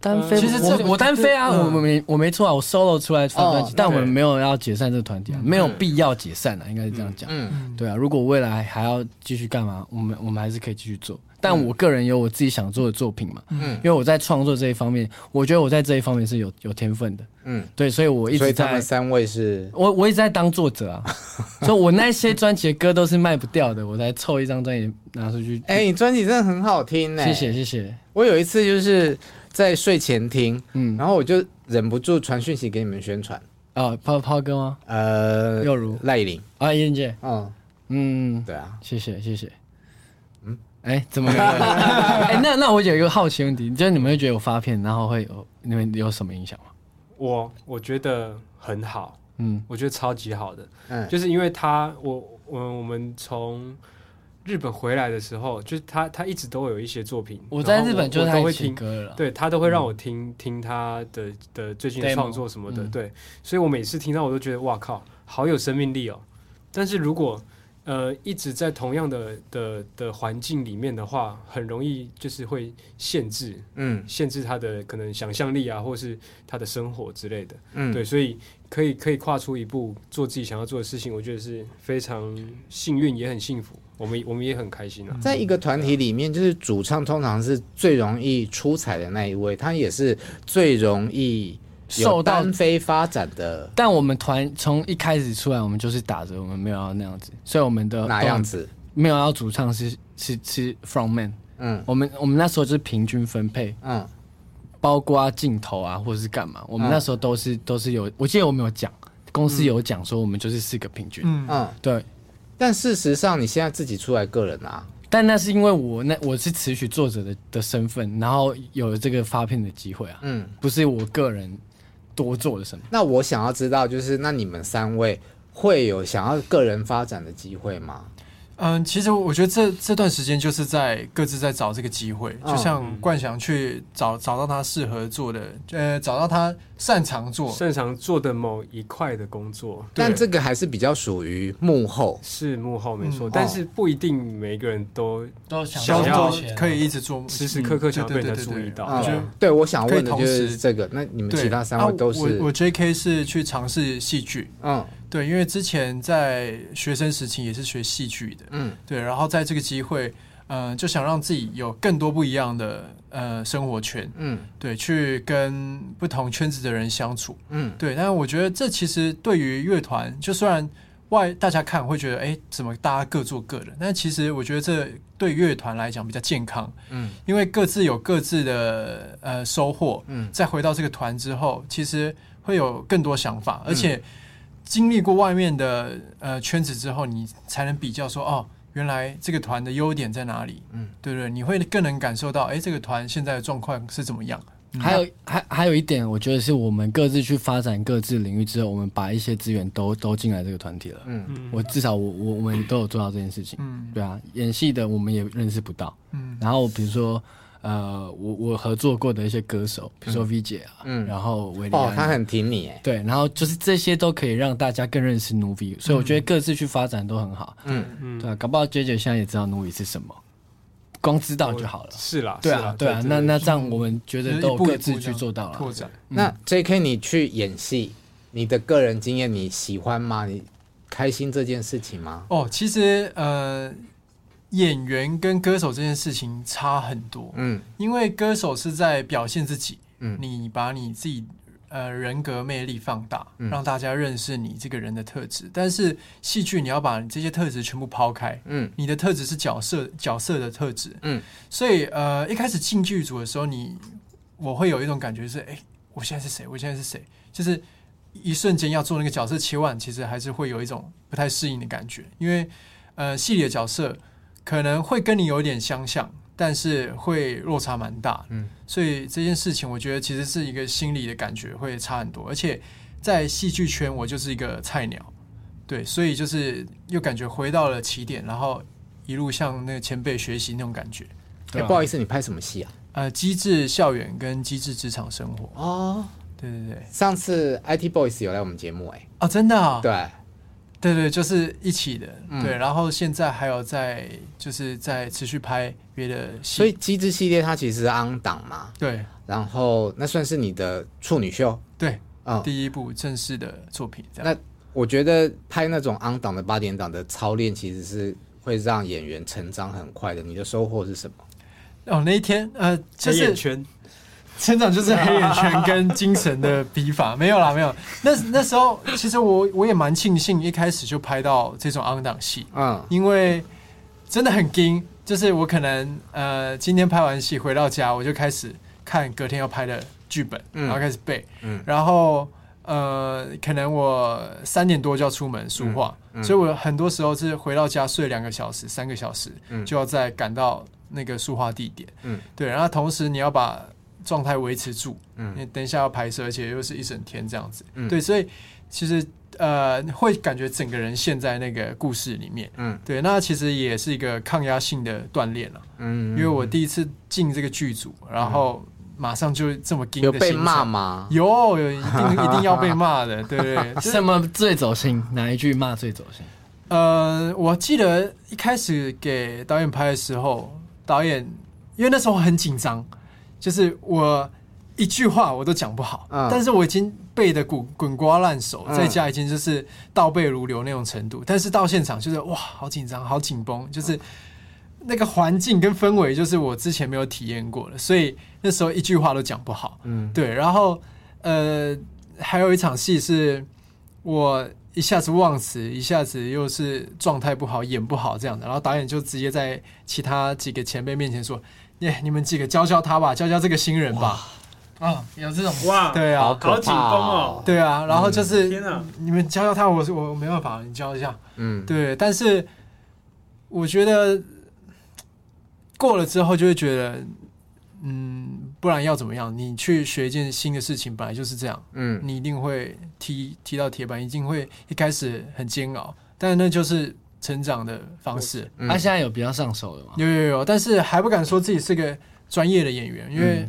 单飞？
其实这
我我单飞啊，
嗯
我没我没错啊，我 solo 出来发专
哦
辑，但我们
对
没有要解散这个团体啊，没有必要解散啊，应该是这样讲。
嗯
对啊，如果未来还要继续干嘛，我们我们还是可以继续做。但我个人有我自己想做的作品嘛，
嗯
因为我在创作这一方面，我觉得我在这一方面是有有天分的，
嗯，
对，所以我一
所以
直
他
在
们三位是
我我一直在当作者
[LAUGHS]
啊，所以我那些专辑的歌都是卖不掉的，我才凑一张专辑拿出去。
哎、你专辑真的很好听呢、
谢谢。谢谢，
我有一次就是在睡前听，
嗯
然后我就忍不住传讯息给你们宣传，
啊，抛抛哥吗？
呃，
又如
赖以林，
啊，燕姐，
嗯，
嗯，
对啊，
谢谢谢谢。嗯，哎，怎么没 [LAUGHS] 有？哎，那那我有一个好奇问题，就是你们会觉得我发片，然后会有你们有什么影响吗？
我我觉得很好，
嗯，
我觉得超级好的，
嗯
就是因为他，我我我们从日本回来的时候，就是他他一直都有一些作品，
我在
然后
日本就是
我
他
都会
一起
听，
歌了，
对他都会让我听、听他的的最近的
Demo，
创作什么的，
嗯
对，所以我每次听到我都觉得哇靠，好有生命力哦。但是如果呃一直在同样的的的环境里面的话，很容易就是会限制
嗯
限制他的可能想象力啊，或是他的生活之类的。
嗯，
对，所以可以可以跨出一步做自己想要做的事情，我觉得是非常幸运，也很幸福。我们我们也很开心啊。
在一个团体里面，就是主唱通常是最容易出彩的那一位，他也是最容易有
受到
单飞发展的
但我们团从一开始出来，我们就是打着我们没有要那样子，所以我们的
那样？子。
没有要主唱是是是 from man，
嗯
我们我们那时候就是平均分配，
嗯
包括镜头啊或者是干嘛，我们那时候都是、都是有，我记得我们有讲，公司有讲说我们就是四个平均，
嗯，
嗯，
对。
但事实上你现在自己出来个人啊，
但那是因为我那我是词曲作者的的身份，然后有了这个发片的机会啊，
嗯，
不是我个人多做了什么。
那我想要知道，就是那你们三位会有想要个人发展的机会吗？
嗯，其实我觉得这这段时间就是在各自在找这个机会，
嗯
就像冠翔去找找到他适合做的，呃，找到他擅长做。
擅长做的某一块的工作
对
但这个还是比较属于幕后。
是幕后没错，
嗯
但是不一定每个人都
都
想要
可以一直做，嗯
时时刻刻想要被人家
对对对
注
对
意到。啊
我觉得
嗯，对，我想问的就
啊可以同
是
时
这个。那你们
对
其他三位都
啊
是
我我 J.K. 是去尝试戏剧，
嗯
对，因为之前在学生时期也是学戏剧的，
嗯
对，然后在这个机会，呃，就想让自己有更多不一样的呃生活圈，
嗯
对，去跟不同圈子的人相处，
嗯
对，但是我觉得这其实对于乐团，就虽然外大家看会觉得，哎，怎么大家各做各的，但其实我觉得这对乐团来讲比较健康，
嗯，
因为各自有各自的呃收获，
嗯
再回到这个团之后，其实会有更多想法，
嗯
而且经历过外面的呃圈子之后，你才能比较说，哦，原来这个团的优点在哪里，
嗯，
对不对？你会更能感受到，哎，这个团现在的状况是怎么样，
还有还还有一点，我觉得是我们各自去发展各自领域之后，我们把一些资源都都进来这个团体了。
嗯
我至少我我我们都有做到这件事情。
嗯
对啊，演戏的我们也认识不到。
嗯
然后比如说呃，我我合作过的一些歌手，比如说 V 姐啊，
嗯
然后维利
哦，
安
他很挺你哎。
对，然后就是这些都可以让大家更认识 Nuvi，所以我觉得各自去发展都很好。
嗯
嗯
对啊，搞不好 J J 现在也知道 Nuvi 是什么，光知道就好了。
哦是啦，
对
是
啊
啦，
对啊，那那这样我们觉
就
得
是
都
一
有
步一
各
步
自
这
去
样
做到了
拓。展。
那 J.K. 你去演戏，你的个人经验你喜欢吗？你开心这件事情吗？
哦，其实呃，演员跟歌手这件事情差很多，
嗯
因为歌手是在表现自己，
嗯
你把你自己呃人格魅力放大，
嗯
让大家认识你这个人的特质。但是戏剧你要把你这些特质全部抛开，
嗯
你的特质是角色角色的特质，
嗯，
所以呃一开始进剧组的时候你，我会有一种感觉是，哎、我现在是谁？我现在是谁？就是一瞬间要做那个角色切换，其实还是会有一种不太适应的感觉，因为呃戏里的角色可能会跟你有点相像，但是会落差蛮大，
嗯，
所以这件事情我觉得其实是一个心理的感觉会差很多，而且在戏剧圈我就是一个菜鸟。对，所以就是又感觉回到了起点，然后一路向那个前辈学习那种感觉。
对啊
哎不好意思，你拍什么戏啊？
呃，机智校园跟机智职场生活，
哦，
对对对，
上次 IT Boys 有来我们节目哎，
哦，真的啊，
对，
对对，就是一起的，
嗯
对，然后现在还有在就是在持续拍别的戏，
所以机智系列它其实是 on 档嘛，
对
然后那算是你的处女秀，
对，
嗯，
第一部正式的作品这样。
那我觉得拍那种 on 档的八点档的操练，其实是会让演员成长很快的。你的收获是什么？
哦，那一天呃，
黑
就是 [LAUGHS]
眼圈，
成长就是黑眼圈跟精神的比法，没有啦，没有。那那时候其实我我也蛮庆幸一开始就拍到这种 on 档戏，
嗯
因为真的很惊，就是我可能呃今天拍完戏回到家，我就开始看隔天要拍的剧本，
嗯
然后开始背，
嗯
然后呃，可能我三点多就要出门书画，
嗯
所以我很多时候是回到家睡两个小时、三个小时，就要再赶到那个书画地点。
嗯
嗯，对，然后同时你要把状态维持住，
嗯
嗯，你等一下要拍摄，而且又是一整天这样子，
嗯
对，所以其实呃会感觉整个人陷在那个故事里面，
嗯
嗯，对，那其实也是一个抗压性的锻炼了，
嗯
因为我第一次进这个剧组，然后马上就这么硬
有
的
被
行程
骂吗？
有有一定一定要被骂的，对对
[LAUGHS]
对。就是
什么最走心？哪一句骂最走心？
呃，我记得一开始给导演拍的时候，导演因为那时候很紧张，就是我一句话我都讲不好，
嗯
但是我已经背的滚滚瓜烂熟，
嗯
在家已经就是倒背如流那种程度，但是到现场就是哇，好紧张，好紧绷，就是。那个环境跟氛围，就是我之前没有体验过的，所以那时候一句话都讲不好。
嗯
对，然后呃，还有一场戏是我一下子忘词，一下子又是状态不好，演不好这样的，然后导演就直接在其他几个前辈面前说：“耶，你们几个教教他吧，教教这个新人吧。”啊，有这种
哇，
对
好
啊，
可怕
好紧绷哦。
对啊，然后就是、
天哪，
你们教教他，我我我没办法，你教一下。
嗯，
对，但是我觉得过了之后就会觉得，嗯，不然要怎么样？你去学一件新的事情，本来就是这样，
嗯
你一定会踢踢到铁板，一定会一开始很煎熬，但那就是成长的方式。
他、
嗯
现在有比较上手了吗？
有有有，但是还不敢说自己是个专业的演员，因为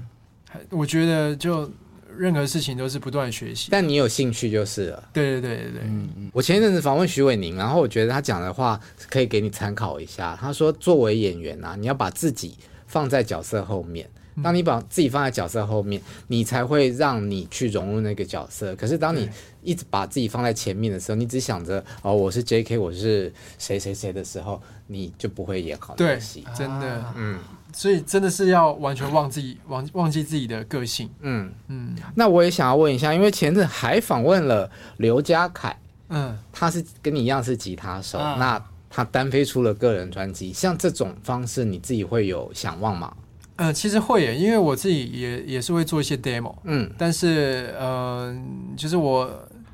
还我觉得就任何事情都是不断学习。
但你有兴趣就是了。
对对对对对，
嗯嗯，
我前一阵子访问徐伟宁，然后我觉得他讲的话可以给你参考一下。他说，作为演员啊，你要把自己放在角色后面。当你把自己放在角色后面，你才会让你去融入那个角色。可是当你一直把自己放在前面的时候，你只想着哦，我是 J.K.，我是谁谁谁的时候，你就不会演好那
对
个戏。，
真的，
嗯
所以真的是要完全忘记忘忘记自己的个性，
嗯，
嗯
那我也想要问一下，因为前阵还访问了刘家凯，
嗯，
他是跟你一样是吉他手，
啊
那他单飞出了个人专辑，像这种方式，你自己会有想望吗？
呃，其实会耶，因为我自己也也是会做一些 demo，
嗯
但是呃，就是我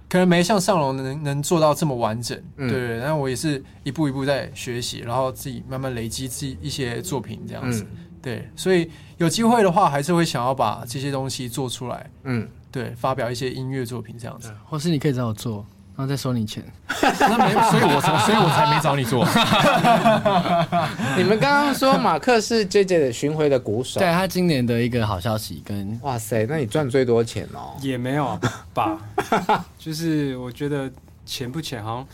可能没像上龙能能做到这么完整，
嗯
对，但我也是一步一步在学习，然后自己慢慢累积自己一些作品这样子，
嗯
对，所以有机会的话，还是会想要把这些东西做出来，
嗯，
对，发表一些音乐作品这样子。
或是你可以找我做，然后再收你钱。
那没，所以我才所以我才没找你做。
嗯你们刚刚说马克是 J J 的巡回的鼓手
对，他今年的一个好消息跟
哇塞，那你赚最多钱哦。
也没有吧？就是我觉得钱不钱好像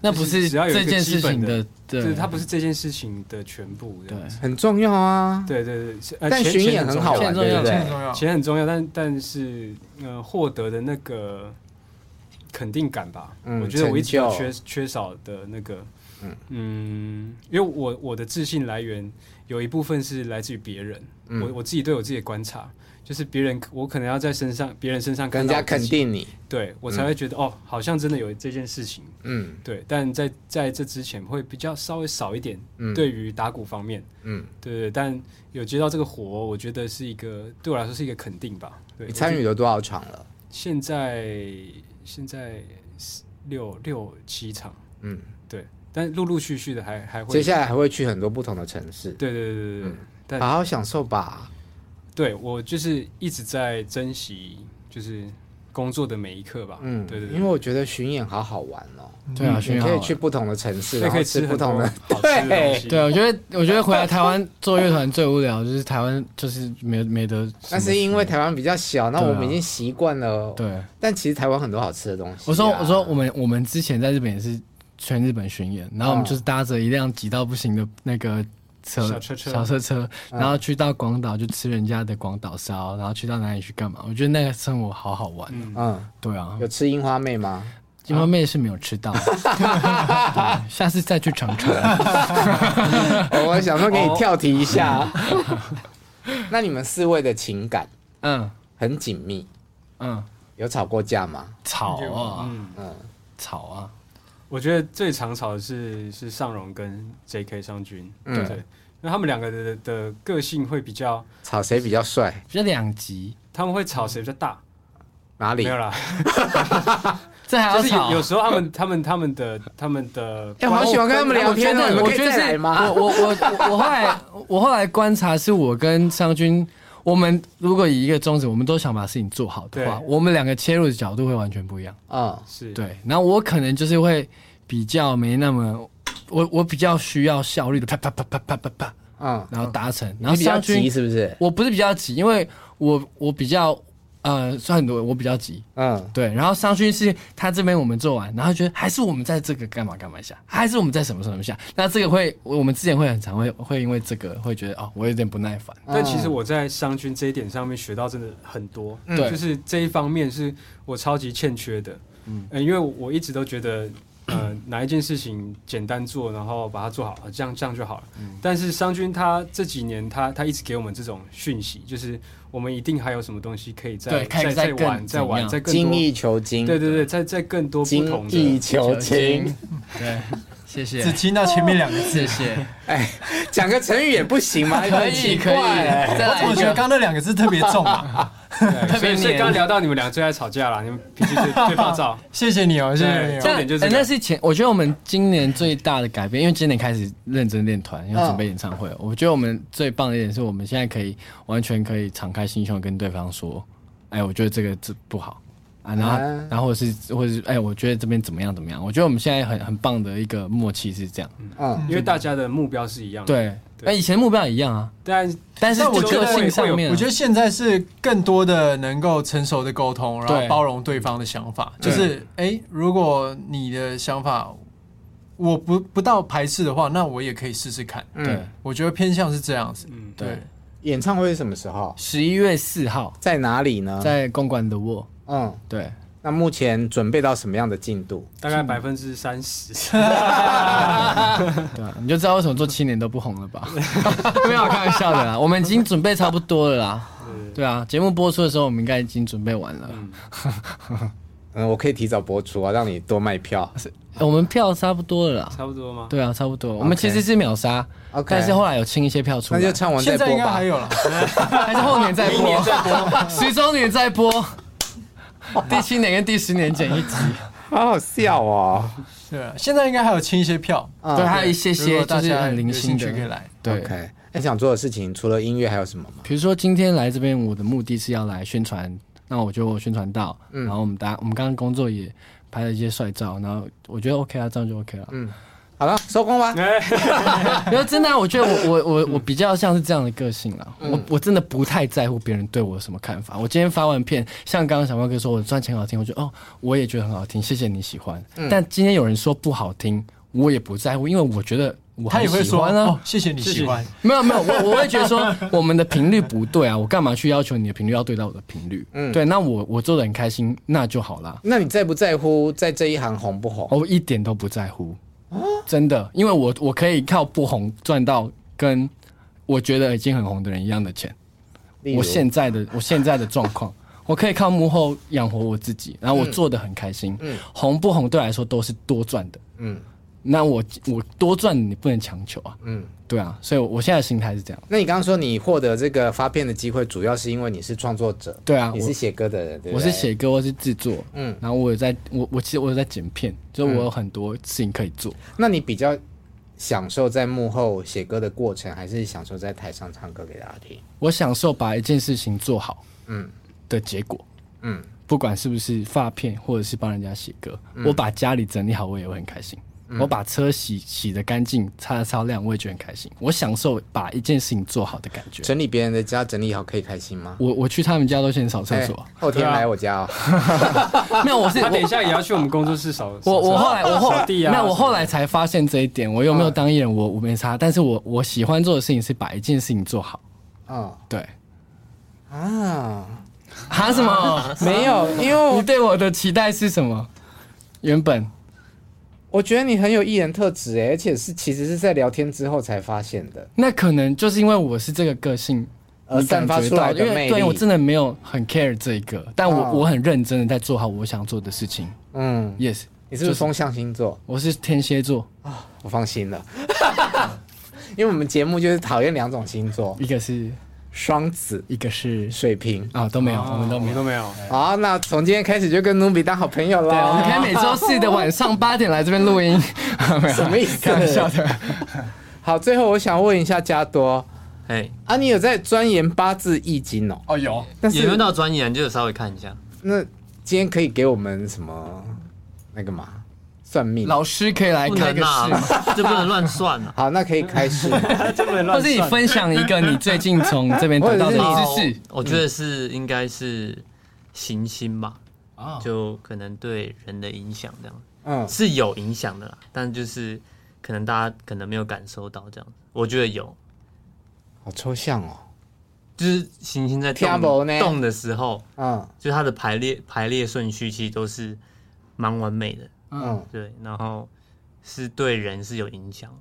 那不是
只要有一
这
个
件事
基本
情
的
的，
就是
对，
它不是这件事情的全部这
对
样子。
很重要啊，
对对对是，呃
但
钱
巡演
钱
很
重
好
要
玩，对不
钱
很
对？
重要，
钱很重要，但但是呃，获得的那个肯定感吧，
嗯
我觉得我一直
成
有
就
缺缺少的那个，
嗯
嗯因为我我的自信来源有一部分是来自于别人，
嗯
我我自己对我自己的观察，就是别人我可能要在身上别人身上看
跟人
到
家
我自
肯
己，
定嗯你，
对我才会觉得、哦，好像真的有这件事情，
嗯
对，但在在这之前会比较稍微少一点，
嗯，
对于打鼓方面，
嗯，
对对，但有接到这个活，我觉得是一个对我来说是一个肯定吧，对，
你参与了多少场了？
现在现在是六六七场，
嗯，
对，但陆陆续续的还还会，
接下来还会去很多不同的城市，
对对对对对，但
好好享受吧。
对我就是一直在珍惜，就是工作的每一刻吧，
嗯，
对对
因为
对，
我觉得巡演好好玩哦，
对啊，
你
巡
可以
演
去不同的城市，
那
然
可
后
以
吃
吃
不
很多
同的，
好吃的东西，
对，我觉得我觉得回来台
[LAUGHS]
湾做乐团最无聊，就是台湾就是没没得什么事。
那是因为啊台湾比较小，那
对啊
我们已经习惯了。
对，
但其实台湾很多好吃的东西啊。
我说我说我们我们之前在日本也是全日本巡演，然后我们
嗯
就是搭着一辆挤到不行的那个车
小车车
小车车，
嗯
然后去到广岛就吃人家的广岛烧，然后去到哪里去干嘛？我觉得那个生活好好玩。
嗯，
嗯，
对啊
有，吃樱花妹吗？
[LAUGHS] 金毛妹是没有吃到，
[LAUGHS]
对下次再去尝尝。
哦我想说给你跳题一下。
哦
[LAUGHS] 那你们四位的情感
嗯
很紧密，
嗯，
有吵过架吗？
吵啊
嗯，
吵啊，
我觉得最常吵的是是尚荣跟 J.K. 尚君，
嗯
对，那他们两个的的个性会比较，
吵谁比较帅？
比较两极。
他们会吵谁比较大，
哪里
没？有啦，
这还要
就是
吵啊
有有？时候他们他们他们的他们的
哎，我好喜欢跟他们聊天哦，你们
我
可以
觉得
再来
是，
吗？
我我我我我后来我后来观察，是我跟商君，我们如果以一个宗旨，我们都想把事情做好的话，
对
我们两个切入的角度会完全不一样。
嗯，
是
对，然后我可能就是会比较没那么，我我比较需要效率的啪啪啪啪啪啪啪，
嗯，
然后达成。然
你
后
比较
商
急
君，
是不是？
我不是比较急，因为我我比较呃算很多，我比较急。
嗯，
对，然后商君是他这边我们做完，然后觉得还是我们在这个干嘛干嘛一下，还是我们在什么什么一下，那这个会我们之前会很常会会因为这个会觉得哦，我有点不耐烦。
但其实我在商君这一点上面学到真的很多，
对
就是这一方面是我超级欠缺的，嗯、因为我一直都觉得，呃，哪一件事情简单做，然后把它做好，啊这样这样就好了。但是商君他这几年他他一直给我们这种讯息，就是我们一定还有什么东西可以再
对可以
再
再
再
更
玩再
怎
玩
样
再更
精
多，
益求精，
对对对，再再更多不
精
同
益
的。
求精。
[LAUGHS] 对，谢谢
只听到前面两个 [LAUGHS] 字。
谢谢，
哎，讲个成语也不行吗？
可
很
以
奇
可以，
怪。
[LAUGHS]
欸
再来
我
一
觉得
个。
刚那两个字特别重啊！
对
特别
所以所以
黏
刚刚聊到你们俩最爱吵架了，你们脾气最
[LAUGHS]
最暴躁。
谢谢你哦，谢谢
对
你哦
这。样重点就是这
哎
个
那是前，我觉得我们今年最大的改变，因为今年开始认真练团，要准备演唱会了。我觉得我们最棒的一点是我们现在可以完全可以敞开心胸地跟对方说，哎，我觉得这个这不好啊，然后
啊
然后或者是或者是哎，我觉得这边怎么样怎么样。我觉得我们现在很很棒的一个默契是这样，
嗯，
因为大家的目标是一样的，
对，
对
哎，以前目标也一样啊，
但
但是
但我
就
觉得
个性上面啊，
我觉得现在是更多的能够成熟的沟通，然
对
后包容对方的想法。
对
就是，诶，如果你的想法我不不到排斥的话，那我也可以试试看。
对
我觉得偏向是这样子。
嗯，
对
对，
嗯演唱会是什么时候？
十一月四号
在哪里呢？
在公馆的沃，
嗯，
对，
那目前准备到什么样的进度？
大概百分之三十。 [LAUGHS]
[LAUGHS] 对啊，你就知道为什么做七年都不红了吧？ [LAUGHS] 没有开玩笑的啦，我们已经准备差不多了啦。 [LAUGHS] 对啊，节目播出的时候，我们应该已经准备完了。
嗯，我可以提早播出啊，让你多卖票。
哎我们票差不多了啦。
差不多吗？
对啊，差不多。我们其实是秒杀
OK
但是后来有清一些票出
那
来，
就唱完再
现在
播
应该
吧
还。有了。
还是后年再播，再 [LAUGHS] 播，十周年再播，
[LAUGHS]
第七年跟第十年剪一集，
好好笑哦。嗯
对啊，现在应该还有清一些票，
嗯对，还有一些
啊如
些
果大
就是
家
很零
有
星
兴趣可以
的。
来。
对
OK，那想做的事情除了音乐还有什么吗？
比如说今天来这边，我的目的是要来宣传，那我就宣传到，
嗯
然后我们大家我们刚刚工作也拍了一些帅照，然后我觉得 OK 啊，这样就 OK 了。
嗯
好了，收工吧。
因为真的啊、我觉得我我
嗯
我我比较像是这样的个性啦，我我真的不太在乎别人对我有什么看法。我今天发完片，像刚刚小猫哥说我的专辑很好听，我觉得哦，我也觉得很好听，谢谢你喜欢。
嗯
但今天有人说不好听，我也不在乎，因为我觉得我
他
很
也会
喜
说
欢啊。
哦，谢谢你喜欢。
没有没有，我我会觉得说我们的频率不对啊，我干嘛去要求你的频率要对到我的频率？嗯，对，那我我做的很开心，那就好啦。
那你在不在乎在这一行红不红？
我一点都不在乎，真的，因为我我可以靠不红赚到跟我觉得已经很红的人一样的钱。
例如
我现在的我现在的状
[LAUGHS]
况，我可以靠幕后养活我自己，然后我
嗯
做的很开心。红不红对我来说都是多赚的。
嗯
嗯，那我我多赚你不能强求啊。
嗯
嗯，对啊，所以我我现在的心态是这样。
那你刚刚说你获得这个发片的机会，主要是因为你是创作者，
对啊
你
我
是写歌的人，对不
我
对
是写歌，我是制作，
嗯
嗯，然后我有在，我我其实我有在剪片，就是我有很多事情可以做。
那你比较享受在幕后写歌的过程，还是享受在台上唱歌给大家听？
我享受把一件事情做好，
嗯
嗯，的结果，
嗯
嗯，不管是不是发片或者是帮人家写歌，我把家里整理好，我也会很开心。我把车洗洗的干净，擦的超亮，我也觉得很开心。我享受把一件事情做好的感觉。
整理别人的家，整理好可以开心吗？哎
我我去他们家都先扫厕所，
后天
对啊
来我家哦。
没有，我是
他等一
我
下也要去我们工作室扫。
我我后来我后
扫地啊，
没有我后来才发现这一点。我有没有当艺人，我我没差。但是我我喜欢做的事情是把一件事情做好。
嗯
对，
啊，
喊什么？
哦
没有，因为
你
我
对我的期待是什么？原本
我觉得你很有艺人特质哎，而且是其实是在聊天之后才发现的。
那可能就是因为我是这个个性
而
你感觉
散发出来的
到因为
魅力
对我真的没有很 care 这一个，但我、
哦
我很认真的在做好我想做的事情。
嗯，
Yes，
你是不是风象星座？
我是天蝎座， [LAUGHS]
我放心了，因为我们节目就是讨厌两种星座，
一个是
双子、
一个是
水瓶。
啊都没
哦
有，我们都
我
没
们
有
都。没有。
好，那从今天开始就跟努比当好朋友
对，我们可
了。
以每周四的晚上八点来这边录音。没有
[LAUGHS] 什么意思
开玩笑
[LAUGHS]
的。
好，最后我想问一下加多，
哎，
啊，你有在钻研八字易经哦？
哦，有，
但
也没有
是
到专业，你就稍微看一下。
那今天可以给我们什么那个嘛算命？
老师可以来
不
开
能
个
啊
视，，
这不能乱算啊。
好，那可以开始。
或是你分享一个你最近从这边得到的知
啊
识。
哦我觉得是应该是行星吧，
啊
就可能对人的影响这样，
嗯，
是有影响的啦，但就是可能大家可能没有感受到这样，我觉得有，
好抽象哦。
就是行星在
听不
动
呢
动的时候，
嗯
就是它的排列排列顺序其实都是蛮完美的，
嗯，
对，然后是对人是有影响，
嗯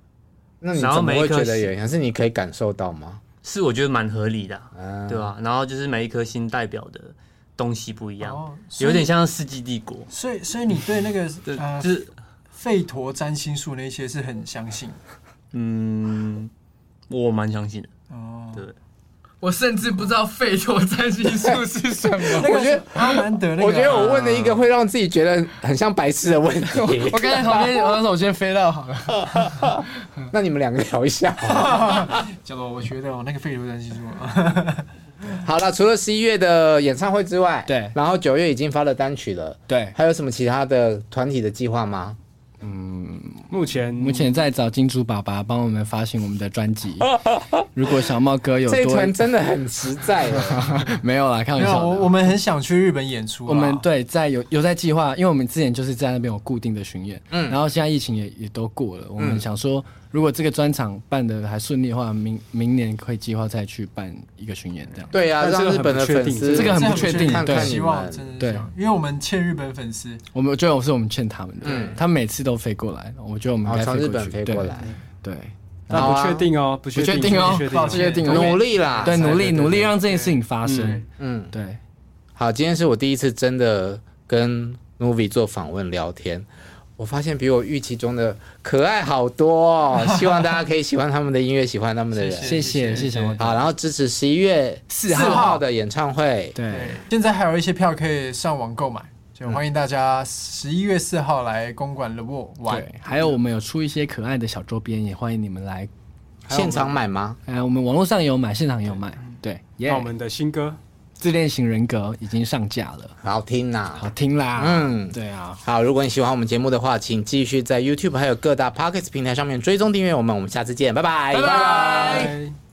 那你
然后
怎么
每一
会觉
颗
得
星
有影响？是你可以感受到吗？
是我觉得蛮合理的啊、
嗯，
对吧、然后就是每一颗星代表的东西不一样，
哦所以
有点像世纪帝国，
所以所以你对那个
对，
呃
就是
费陀占星术那些是很相信
嗯，我蛮相信的，
哦。
对，
我甚至不知道费陀占星术是什
[LAUGHS]
么。
那个
我觉得
是阿兰德那个，
我觉得我问了一个会让自己觉得很像白痴的问
[LAUGHS]
题
我，刚才旁边，我首先飞到好了。
那你们两个聊一下好了。
叫做我觉得哦，那个费陀
[LAUGHS]
占星术，
好了，除了十一月的演唱会之外，
对
然后九月已经发了单曲了，
对，
还有什么其他的团体的计划吗？
目前
目前在找金主爸爸帮我们发行我们的专辑。如果小猫哥有
这一团
多
真的很实在哦耶，
没有啦，开
没
玩
有，
笑的。
我我们很想去日本演出啊，
我们对在有有在计划，因为我们之前就是在那边有固定的巡演，嗯，然后现在疫情也也都过了，我们想说，如果这个专场办的还顺利的话，明明年可以计划再去办一个巡演这样。
对啊，
但这
让
个
日
很
本的
不确
粉
定
丝
这个很
这
不确定
看
对
看你
希望真
们。
的是
对
这样，因为我们欠日本粉丝，
我们我觉得我是我们欠他们的，他们每次都飞过来，我觉得我们
然后
该
哦从
飞
日
过
本
去，
飞
对
过来，，
对，
但
好啊
不确定哦，不确
不确定哦
不确定
抱歉定
努力啦。
对，努力
对对
努力让这件事情发生
嗯，
嗯，
对，
好，今天是我第一次真的跟 Novi 做访问聊天，我发现比我预期中的可爱好多、哦。希望大家可以喜欢他们的音乐，喜欢他们的人。
谢谢谢谢小猫哥，
好，然后支持十一月
4号
号的演唱会。
对
对，现在还有一些票可以上网购买，就欢迎大家十一月四号来公馆 The Wall 玩。
对，还有我们有出一些可爱的小周边，也欢迎你们来，
现场买吗？
哎，我们网络上也有买，现场也有卖，对，耶
那我们的新歌
自恋型人格已经上架了，
好听呐、
好听啦。
嗯
嗯，对啊，
好，如果你喜欢我们节目的话，请继续在 YouTube 还有各大 Podcast 平台上面追踪订阅我们。我们下次见，拜拜，拜拜
拜。